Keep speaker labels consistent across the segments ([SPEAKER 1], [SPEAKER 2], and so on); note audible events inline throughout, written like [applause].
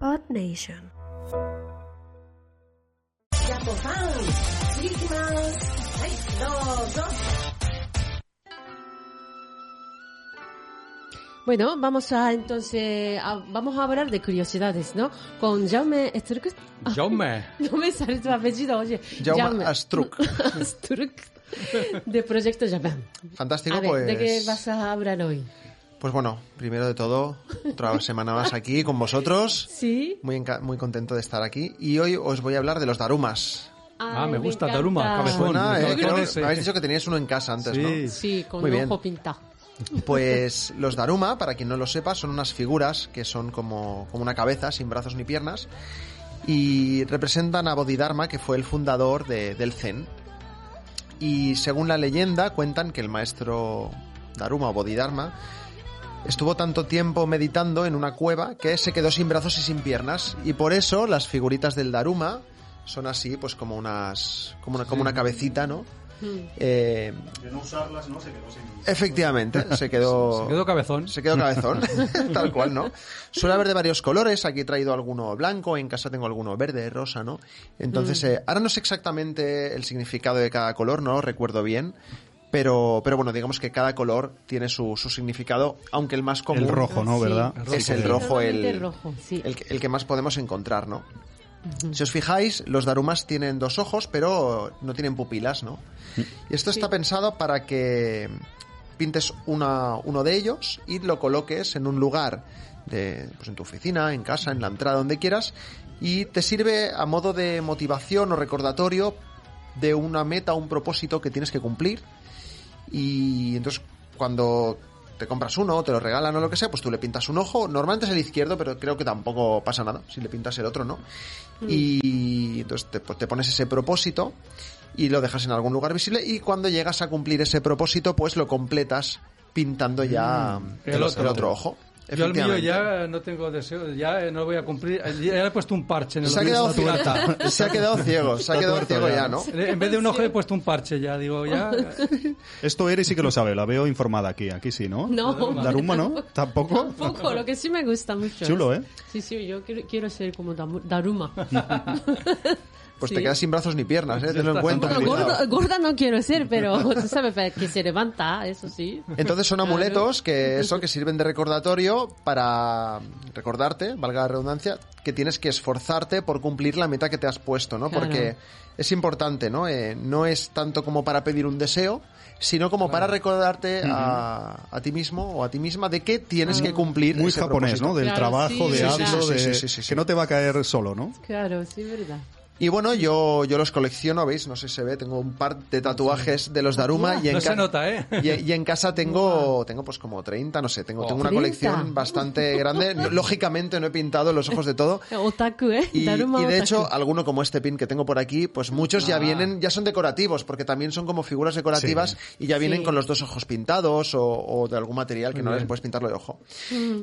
[SPEAKER 1] Odd Nation.
[SPEAKER 2] Bueno, vamos a entonces, a- vamos a hablar de curiosidades, ¿no? Con Jaume Struck.
[SPEAKER 3] Jaume.
[SPEAKER 2] [laughs] No me sale tu apellido, oye. [laughs]
[SPEAKER 3] Jaume Astruc.
[SPEAKER 2] Astruc, de Proyecto Japan.
[SPEAKER 3] Fantástico,
[SPEAKER 2] a ver,
[SPEAKER 3] pues.
[SPEAKER 2] ¿de qué vas a hablar hoy?
[SPEAKER 3] Pues bueno, primero de todo, otra semana más aquí con vosotros.
[SPEAKER 2] ¿Sí?
[SPEAKER 3] Muy, enca- muy contento de estar aquí. Y hoy os voy a hablar de los darumas.
[SPEAKER 4] Ah,
[SPEAKER 2] Ay,
[SPEAKER 4] me gusta Daruma,
[SPEAKER 2] encanta.
[SPEAKER 4] cabezón. Con-
[SPEAKER 3] Suena,
[SPEAKER 4] con-
[SPEAKER 3] eh,
[SPEAKER 4] con
[SPEAKER 3] Creo-
[SPEAKER 4] ese.
[SPEAKER 3] habéis dicho que teníais uno en casa antes,
[SPEAKER 4] Sí.
[SPEAKER 3] ¿no?
[SPEAKER 2] Sí, con
[SPEAKER 3] Muy
[SPEAKER 2] un
[SPEAKER 3] bien.
[SPEAKER 2] ojo pintado.
[SPEAKER 3] Pues los Daruma, para quien no lo sepa, son unas figuras que son como, como una cabeza, sin brazos ni piernas, y representan a Bodhidharma, que fue el fundador de- del Zen. Y según la leyenda, cuentan que el maestro Daruma o Bodhidharma estuvo tanto tiempo meditando en una cueva que se quedó sin brazos y sin piernas. Y por eso las figuritas del Daruma son así, pues como unas. como una, como una cabecita, ¿no?
[SPEAKER 2] Mm.
[SPEAKER 3] Eh,
[SPEAKER 5] De no usarlas, ¿no? Se quedó sin... [laughs]
[SPEAKER 3] efectivamente, se quedó.
[SPEAKER 4] Se quedó cabezón.
[SPEAKER 3] Se quedó cabezón, [laughs] tal cual, ¿no? Suele haber de varios colores, aquí he traído alguno blanco, en casa tengo alguno verde, rosa, ¿no? Entonces, eh, ahora no sé exactamente el significado de cada color, no lo recuerdo bien, pero, pero bueno, digamos que cada color tiene su, su significado, aunque el más común
[SPEAKER 5] El rojo, ¿no?
[SPEAKER 2] Sí.
[SPEAKER 5] ¿Verdad?
[SPEAKER 3] es el
[SPEAKER 2] Sí,
[SPEAKER 3] rojo, el,
[SPEAKER 2] normalmente rojo, sí.
[SPEAKER 3] el, que- el que más podemos encontrar, ¿no? Si os fijáis, los darumas tienen dos ojos, pero no tienen pupilas, ¿no? Y esto está pensado para que pintes una- uno de ellos y lo coloques en un lugar, de, pues en tu oficina, en casa, en la entrada, donde quieras, y te sirve a modo de motivación o recordatorio de una meta, un propósito que tienes que cumplir. Y entonces cuando te compras uno, te lo regalan o lo que sea, pues tú le pintas un ojo. Normalmente es el izquierdo, pero creo que tampoco pasa nada si le pintas el otro, ¿no? Y entonces te, pues te pones ese propósito y lo dejas en algún lugar visible y cuando llegas a cumplir ese propósito, pues lo completas pintando ya
[SPEAKER 4] Mm, el
[SPEAKER 3] el,
[SPEAKER 4] otro.
[SPEAKER 3] el otro ojo.
[SPEAKER 4] Yo el mío
[SPEAKER 3] Efectivamente.
[SPEAKER 4] ya no tengo deseo, ya eh, no voy a cumplir. Ya le he puesto un parche en el
[SPEAKER 3] Se ha,
[SPEAKER 4] ojo.
[SPEAKER 3] quedado
[SPEAKER 4] Está
[SPEAKER 3] ciego,
[SPEAKER 4] pirata.
[SPEAKER 3] se ha quedado ciego, se ha quedado
[SPEAKER 5] tuerto
[SPEAKER 3] ciego
[SPEAKER 5] ya.
[SPEAKER 3] ya, ¿no?
[SPEAKER 4] En vez de un ojo le he puesto un parche ya, digo, ya.
[SPEAKER 5] Esto Eri sí que lo sabe, la veo informada aquí, aquí sí, ¿no?
[SPEAKER 2] No.
[SPEAKER 5] Daruma, ¿no? ¿Tampoco?
[SPEAKER 2] Poco, lo que sí me gusta mucho.
[SPEAKER 5] Chulo, ¿eh?
[SPEAKER 2] Sí, sí, yo quiero, quiero ser como Damu-
[SPEAKER 5] [laughs]
[SPEAKER 2] Daruma.
[SPEAKER 3] Pues
[SPEAKER 2] Sí.
[SPEAKER 3] te quedas sin brazos ni piernas, ¿eh? Tenlo en
[SPEAKER 4] está.
[SPEAKER 3] cuenta.
[SPEAKER 2] Bueno,
[SPEAKER 3] cuidado.
[SPEAKER 2] gorda, gorda no quiero ser, pero tú sabes para que se levanta, eso sí.
[SPEAKER 3] Entonces son
[SPEAKER 4] [laughs]
[SPEAKER 3] amuletos que eso que sirven de recordatorio para recordarte, valga la redundancia, que tienes que esforzarte por cumplir la meta que te has puesto, ¿no?
[SPEAKER 2] Claro.
[SPEAKER 3] Porque es importante, ¿no? Eh, no es tanto como para pedir un deseo, sino como para recordarte a, a ti mismo o a ti misma de que tienes que cumplir
[SPEAKER 5] Muy
[SPEAKER 3] ese
[SPEAKER 5] japonés,
[SPEAKER 3] propósito.
[SPEAKER 5] ¿no? Del
[SPEAKER 2] Claro,
[SPEAKER 5] trabajo,
[SPEAKER 2] sí,
[SPEAKER 5] de
[SPEAKER 2] sí,
[SPEAKER 5] algo,
[SPEAKER 3] sí, sí,
[SPEAKER 5] de...
[SPEAKER 3] sí, sí, sí, sí.
[SPEAKER 5] que no te va a caer solo, ¿no?
[SPEAKER 2] Claro, sí, verdad.
[SPEAKER 3] Y bueno, yo, yo los colecciono, ¿veis? No sé si se ve, tengo un par de tatuajes de los Daruma y en
[SPEAKER 4] No se
[SPEAKER 3] ca-
[SPEAKER 4] nota, ¿eh? [laughs]
[SPEAKER 3] [laughs] Y, y en casa tengo, tengo pues como 30, no sé, tengo, tengo una
[SPEAKER 2] 30.
[SPEAKER 3] colección bastante grande. No- Lógicamente no he pintado los ojos de todo.
[SPEAKER 2] Otaku, [laughs] ¿eh?
[SPEAKER 3] Y,
[SPEAKER 2] Daruma
[SPEAKER 3] y de
[SPEAKER 2] otaku.
[SPEAKER 3] hecho, alguno como este pin que tengo por aquí, pues muchos ya
[SPEAKER 4] Ah.
[SPEAKER 3] vienen, ya son decorativos, porque también son como figuras decorativas y ya vienen
[SPEAKER 2] Sí.
[SPEAKER 3] con los dos ojos pintados o, o de algún material que no les puedes pintarlo de ojo.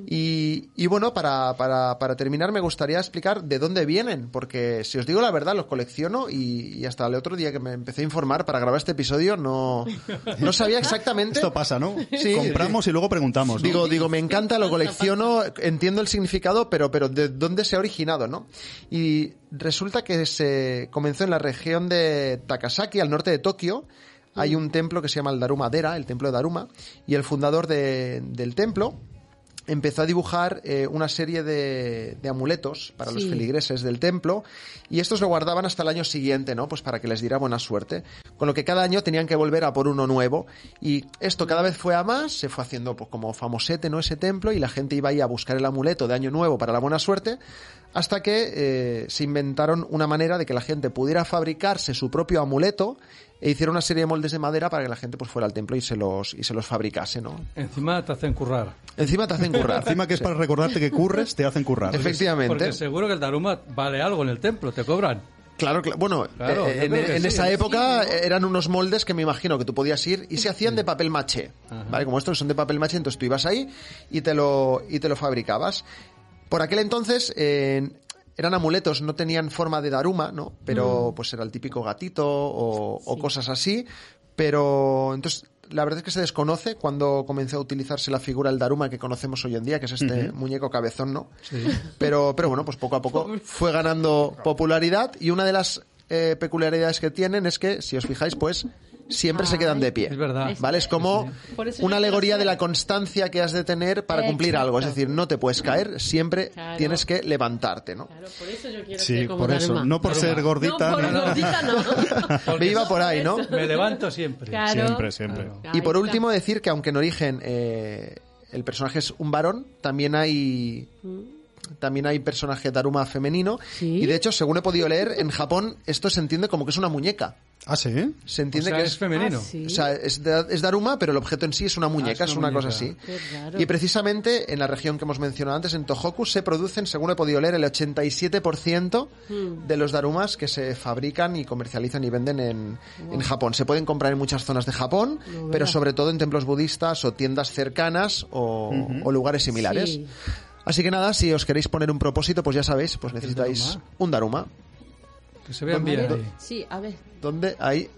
[SPEAKER 3] Y, y bueno, para, para, para terminar, me gustaría explicar de dónde vienen, porque si os digo la verdad, los colecciono y, y hasta el otro día que me empecé a informar para grabar este episodio, no, no sabía exactamente.
[SPEAKER 5] [laughs] Esto pasa, ¿no?
[SPEAKER 3] Sí.
[SPEAKER 5] Compramos y luego preguntamos, ¿no?
[SPEAKER 3] Digo, digo, me encanta, lo colecciono, entiendo el significado, pero, pero ¿de dónde se ha originado, no? Y resulta que se comenzó en la región de Takasaki, al norte de Tokio. Hay un templo que se llama el Daruma Dera, el templo de Daruma, y el fundador de- del templo empezó a dibujar eh, una serie de, de amuletos para los
[SPEAKER 2] Sí.
[SPEAKER 3] feligreses del templo y estos lo guardaban hasta el año siguiente, ¿no? Pues para que les diera buena suerte. Con lo que cada año tenían que volver a por uno nuevo y esto cada vez fue a más, se fue haciendo pues como famosete, ¿no? Ese templo y la gente iba ahí a buscar el amuleto de año nuevo para la buena suerte hasta que eh, se inventaron una manera de que la gente pudiera fabricarse su propio amuleto e hicieron una serie de moldes de madera para que la gente pues fuera al templo y se los, y se los fabricase, ¿no?
[SPEAKER 4] Encima te hacen currar.
[SPEAKER 3] Encima te hacen currar.
[SPEAKER 5] [laughs] Encima que es para recordarte que curres, te hacen currar.
[SPEAKER 3] Efectivamente.
[SPEAKER 4] Porque seguro que el Daruma vale algo en el templo, te cobran.
[SPEAKER 3] Claro, claro. Bueno,
[SPEAKER 4] Claro,
[SPEAKER 3] eh,
[SPEAKER 4] yo
[SPEAKER 3] en,
[SPEAKER 4] creo que
[SPEAKER 3] en
[SPEAKER 4] sí.
[SPEAKER 3] esa época eran unos moldes que me imagino que tú podías ir y se hacían de papel maché. ¿Vale? Como estos son de papel maché, entonces tú ibas ahí y te lo, y te lo fabricabas. Por aquel entonces eh, eran amuletos, no tenían forma de daruma,
[SPEAKER 4] Mm.
[SPEAKER 3] ¿no? Pero pues era el típico gatito o, o cosas así. Pero entonces la verdad es que se desconoce cuando comenzó a utilizarse la figura del Daruma que conocemos hoy en día, que es este muñeco cabezón, ¿no? Pero, pero bueno, pues poco a poco fue ganando popularidad y una de las eh, peculiaridades que tienen es que, si os fijáis, pues siempre se quedan de pie.
[SPEAKER 4] Es verdad. Es-
[SPEAKER 3] ¿Vale? Es como
[SPEAKER 2] Por eso yo
[SPEAKER 3] una
[SPEAKER 2] quiero
[SPEAKER 3] alegoría
[SPEAKER 2] ser-
[SPEAKER 3] de la constancia que has de tener para cumplir
[SPEAKER 2] Exacto.
[SPEAKER 3] algo. Es decir, no te puedes caer, siempre
[SPEAKER 2] Claro.
[SPEAKER 3] tienes que levantarte, ¿no?
[SPEAKER 2] Claro, por eso yo quiero
[SPEAKER 5] Sí,
[SPEAKER 2] ser como
[SPEAKER 5] por eso.
[SPEAKER 2] Daruma.
[SPEAKER 5] No por ser gordita.
[SPEAKER 2] No, por
[SPEAKER 5] ni nada.
[SPEAKER 2] gordita
[SPEAKER 5] [laughs]
[SPEAKER 2] no.
[SPEAKER 3] Me iba por ahí, ¿no?
[SPEAKER 4] Me levanto siempre.
[SPEAKER 2] Claro.
[SPEAKER 5] Siempre, siempre.
[SPEAKER 4] Claro.
[SPEAKER 3] Y por
[SPEAKER 2] Ahí está.
[SPEAKER 3] último, decir que aunque en origen eh, el personaje es un varón, también hay. También hay personaje Daruma femenino.
[SPEAKER 2] Sí.
[SPEAKER 3] Y de hecho, según he podido leer, en Japón esto se entiende como que es una muñeca.
[SPEAKER 5] Ah, sí.
[SPEAKER 3] Se
[SPEAKER 4] O
[SPEAKER 3] entiende
[SPEAKER 4] sea,
[SPEAKER 3] que
[SPEAKER 4] es
[SPEAKER 3] es.
[SPEAKER 4] femenino.
[SPEAKER 2] Ah, sí.
[SPEAKER 3] O sea, es, da- es Daruma, pero el objeto en sí es una
[SPEAKER 4] Ah,
[SPEAKER 3] muñeca, es una, cosa así.
[SPEAKER 4] muñeca.
[SPEAKER 2] Qué raro.
[SPEAKER 3] Y precisamente en la región que hemos mencionado antes, en Tohoku, se producen, según he podido leer, el 87%
[SPEAKER 2] Hmm.
[SPEAKER 3] de los darumas que se fabrican y comercializan y venden en, en Japón. Se pueden comprar en muchas zonas de Japón,
[SPEAKER 2] Lo
[SPEAKER 3] pero
[SPEAKER 2] verás.
[SPEAKER 3] sobre todo en templos budistas o tiendas cercanas o, o lugares similares.
[SPEAKER 2] Sí.
[SPEAKER 3] Así que nada, si os queréis poner un propósito, pues ya sabéis, pues necesitáis
[SPEAKER 4] daruma.
[SPEAKER 3] un daruma.
[SPEAKER 4] Que se vean
[SPEAKER 2] A
[SPEAKER 3] Pues
[SPEAKER 4] bien
[SPEAKER 2] ver,
[SPEAKER 4] ahí.
[SPEAKER 2] Sí, a ver.
[SPEAKER 3] ¿Dónde? Ahí,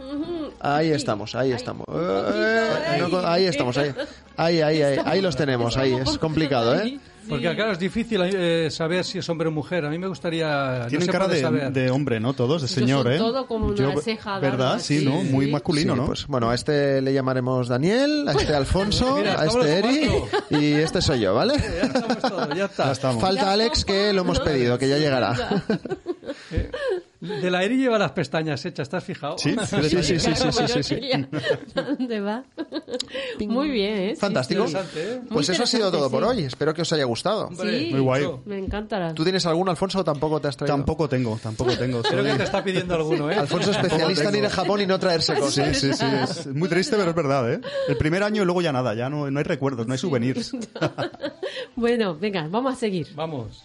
[SPEAKER 2] Ujú.
[SPEAKER 3] ahí
[SPEAKER 2] Sí.
[SPEAKER 3] estamos, ahí estamos.
[SPEAKER 2] un poquito,
[SPEAKER 3] Eh, no con- ahí estamos, ahí. Ahí, ahí, ahí, ahí los tenemos, ahí. Es complicado, ¿eh?
[SPEAKER 4] Porque claro, es difícil eh, saber si es hombre o mujer. A mí me gustaría... no
[SPEAKER 5] Tienen
[SPEAKER 4] se
[SPEAKER 5] cara
[SPEAKER 4] puede
[SPEAKER 5] de,
[SPEAKER 4] saber.
[SPEAKER 5] de hombre, ¿no? Todos, de
[SPEAKER 2] Yo
[SPEAKER 5] señor,
[SPEAKER 2] soy
[SPEAKER 5] ¿eh?
[SPEAKER 2] todo como una ceja larga,
[SPEAKER 5] ¿Verdad? Sí,
[SPEAKER 2] sí,
[SPEAKER 5] ¿no?
[SPEAKER 2] sí.
[SPEAKER 5] Muy masculino,
[SPEAKER 3] Sí,
[SPEAKER 5] ¿no?
[SPEAKER 3] pues, bueno, a este le llamaremos Daniel, a este Alfonso,
[SPEAKER 4] Mira,
[SPEAKER 3] a
[SPEAKER 4] estamos
[SPEAKER 3] este Eri
[SPEAKER 4] los cuatro.
[SPEAKER 3] y este soy yo, ¿vale?
[SPEAKER 4] Ya estamos todos, ya está.
[SPEAKER 5] Ya estamos.
[SPEAKER 3] Falta Alex que lo hemos pedido, que ya [laughs] llegará.
[SPEAKER 4] Eh, de la Eri lleva las pestañas hechas, ¿estás fijado? [laughs]
[SPEAKER 5] Sí, sí, sí, sí, sí, sí, sí, sí.
[SPEAKER 2] [laughs] ¿Dónde va? Muy bien, ¿eh? Sí,
[SPEAKER 3] Fantástico.
[SPEAKER 2] sí.
[SPEAKER 4] Interesante, ¿eh?
[SPEAKER 3] Pues
[SPEAKER 2] Muy
[SPEAKER 3] eso ha sido
[SPEAKER 2] interesante,
[SPEAKER 3] todo por
[SPEAKER 2] sí.
[SPEAKER 3] hoy. Espero que os haya gustado.
[SPEAKER 4] Hombre,
[SPEAKER 2] Sí.
[SPEAKER 5] Muy guay.
[SPEAKER 4] mucho.
[SPEAKER 2] Me encanta la...
[SPEAKER 3] ¿Tú tienes algún, Alfonso, o tampoco te has traído?
[SPEAKER 5] Tampoco tengo, tampoco tengo.
[SPEAKER 4] Creo que
[SPEAKER 5] soy-
[SPEAKER 4] te está
[SPEAKER 5] [laughs]
[SPEAKER 4] pidiendo alguno, ¿eh?
[SPEAKER 3] Alfonso especialista en ir a Japón y no traerse cosas.
[SPEAKER 5] Sí, sí, sí. Es muy triste, pero es verdad, ¿eh? El primer año y luego ya nada, ya no, no hay recuerdos, no hay souvenirs.
[SPEAKER 2] Bueno, venga, vamos a seguir.
[SPEAKER 4] Vamos.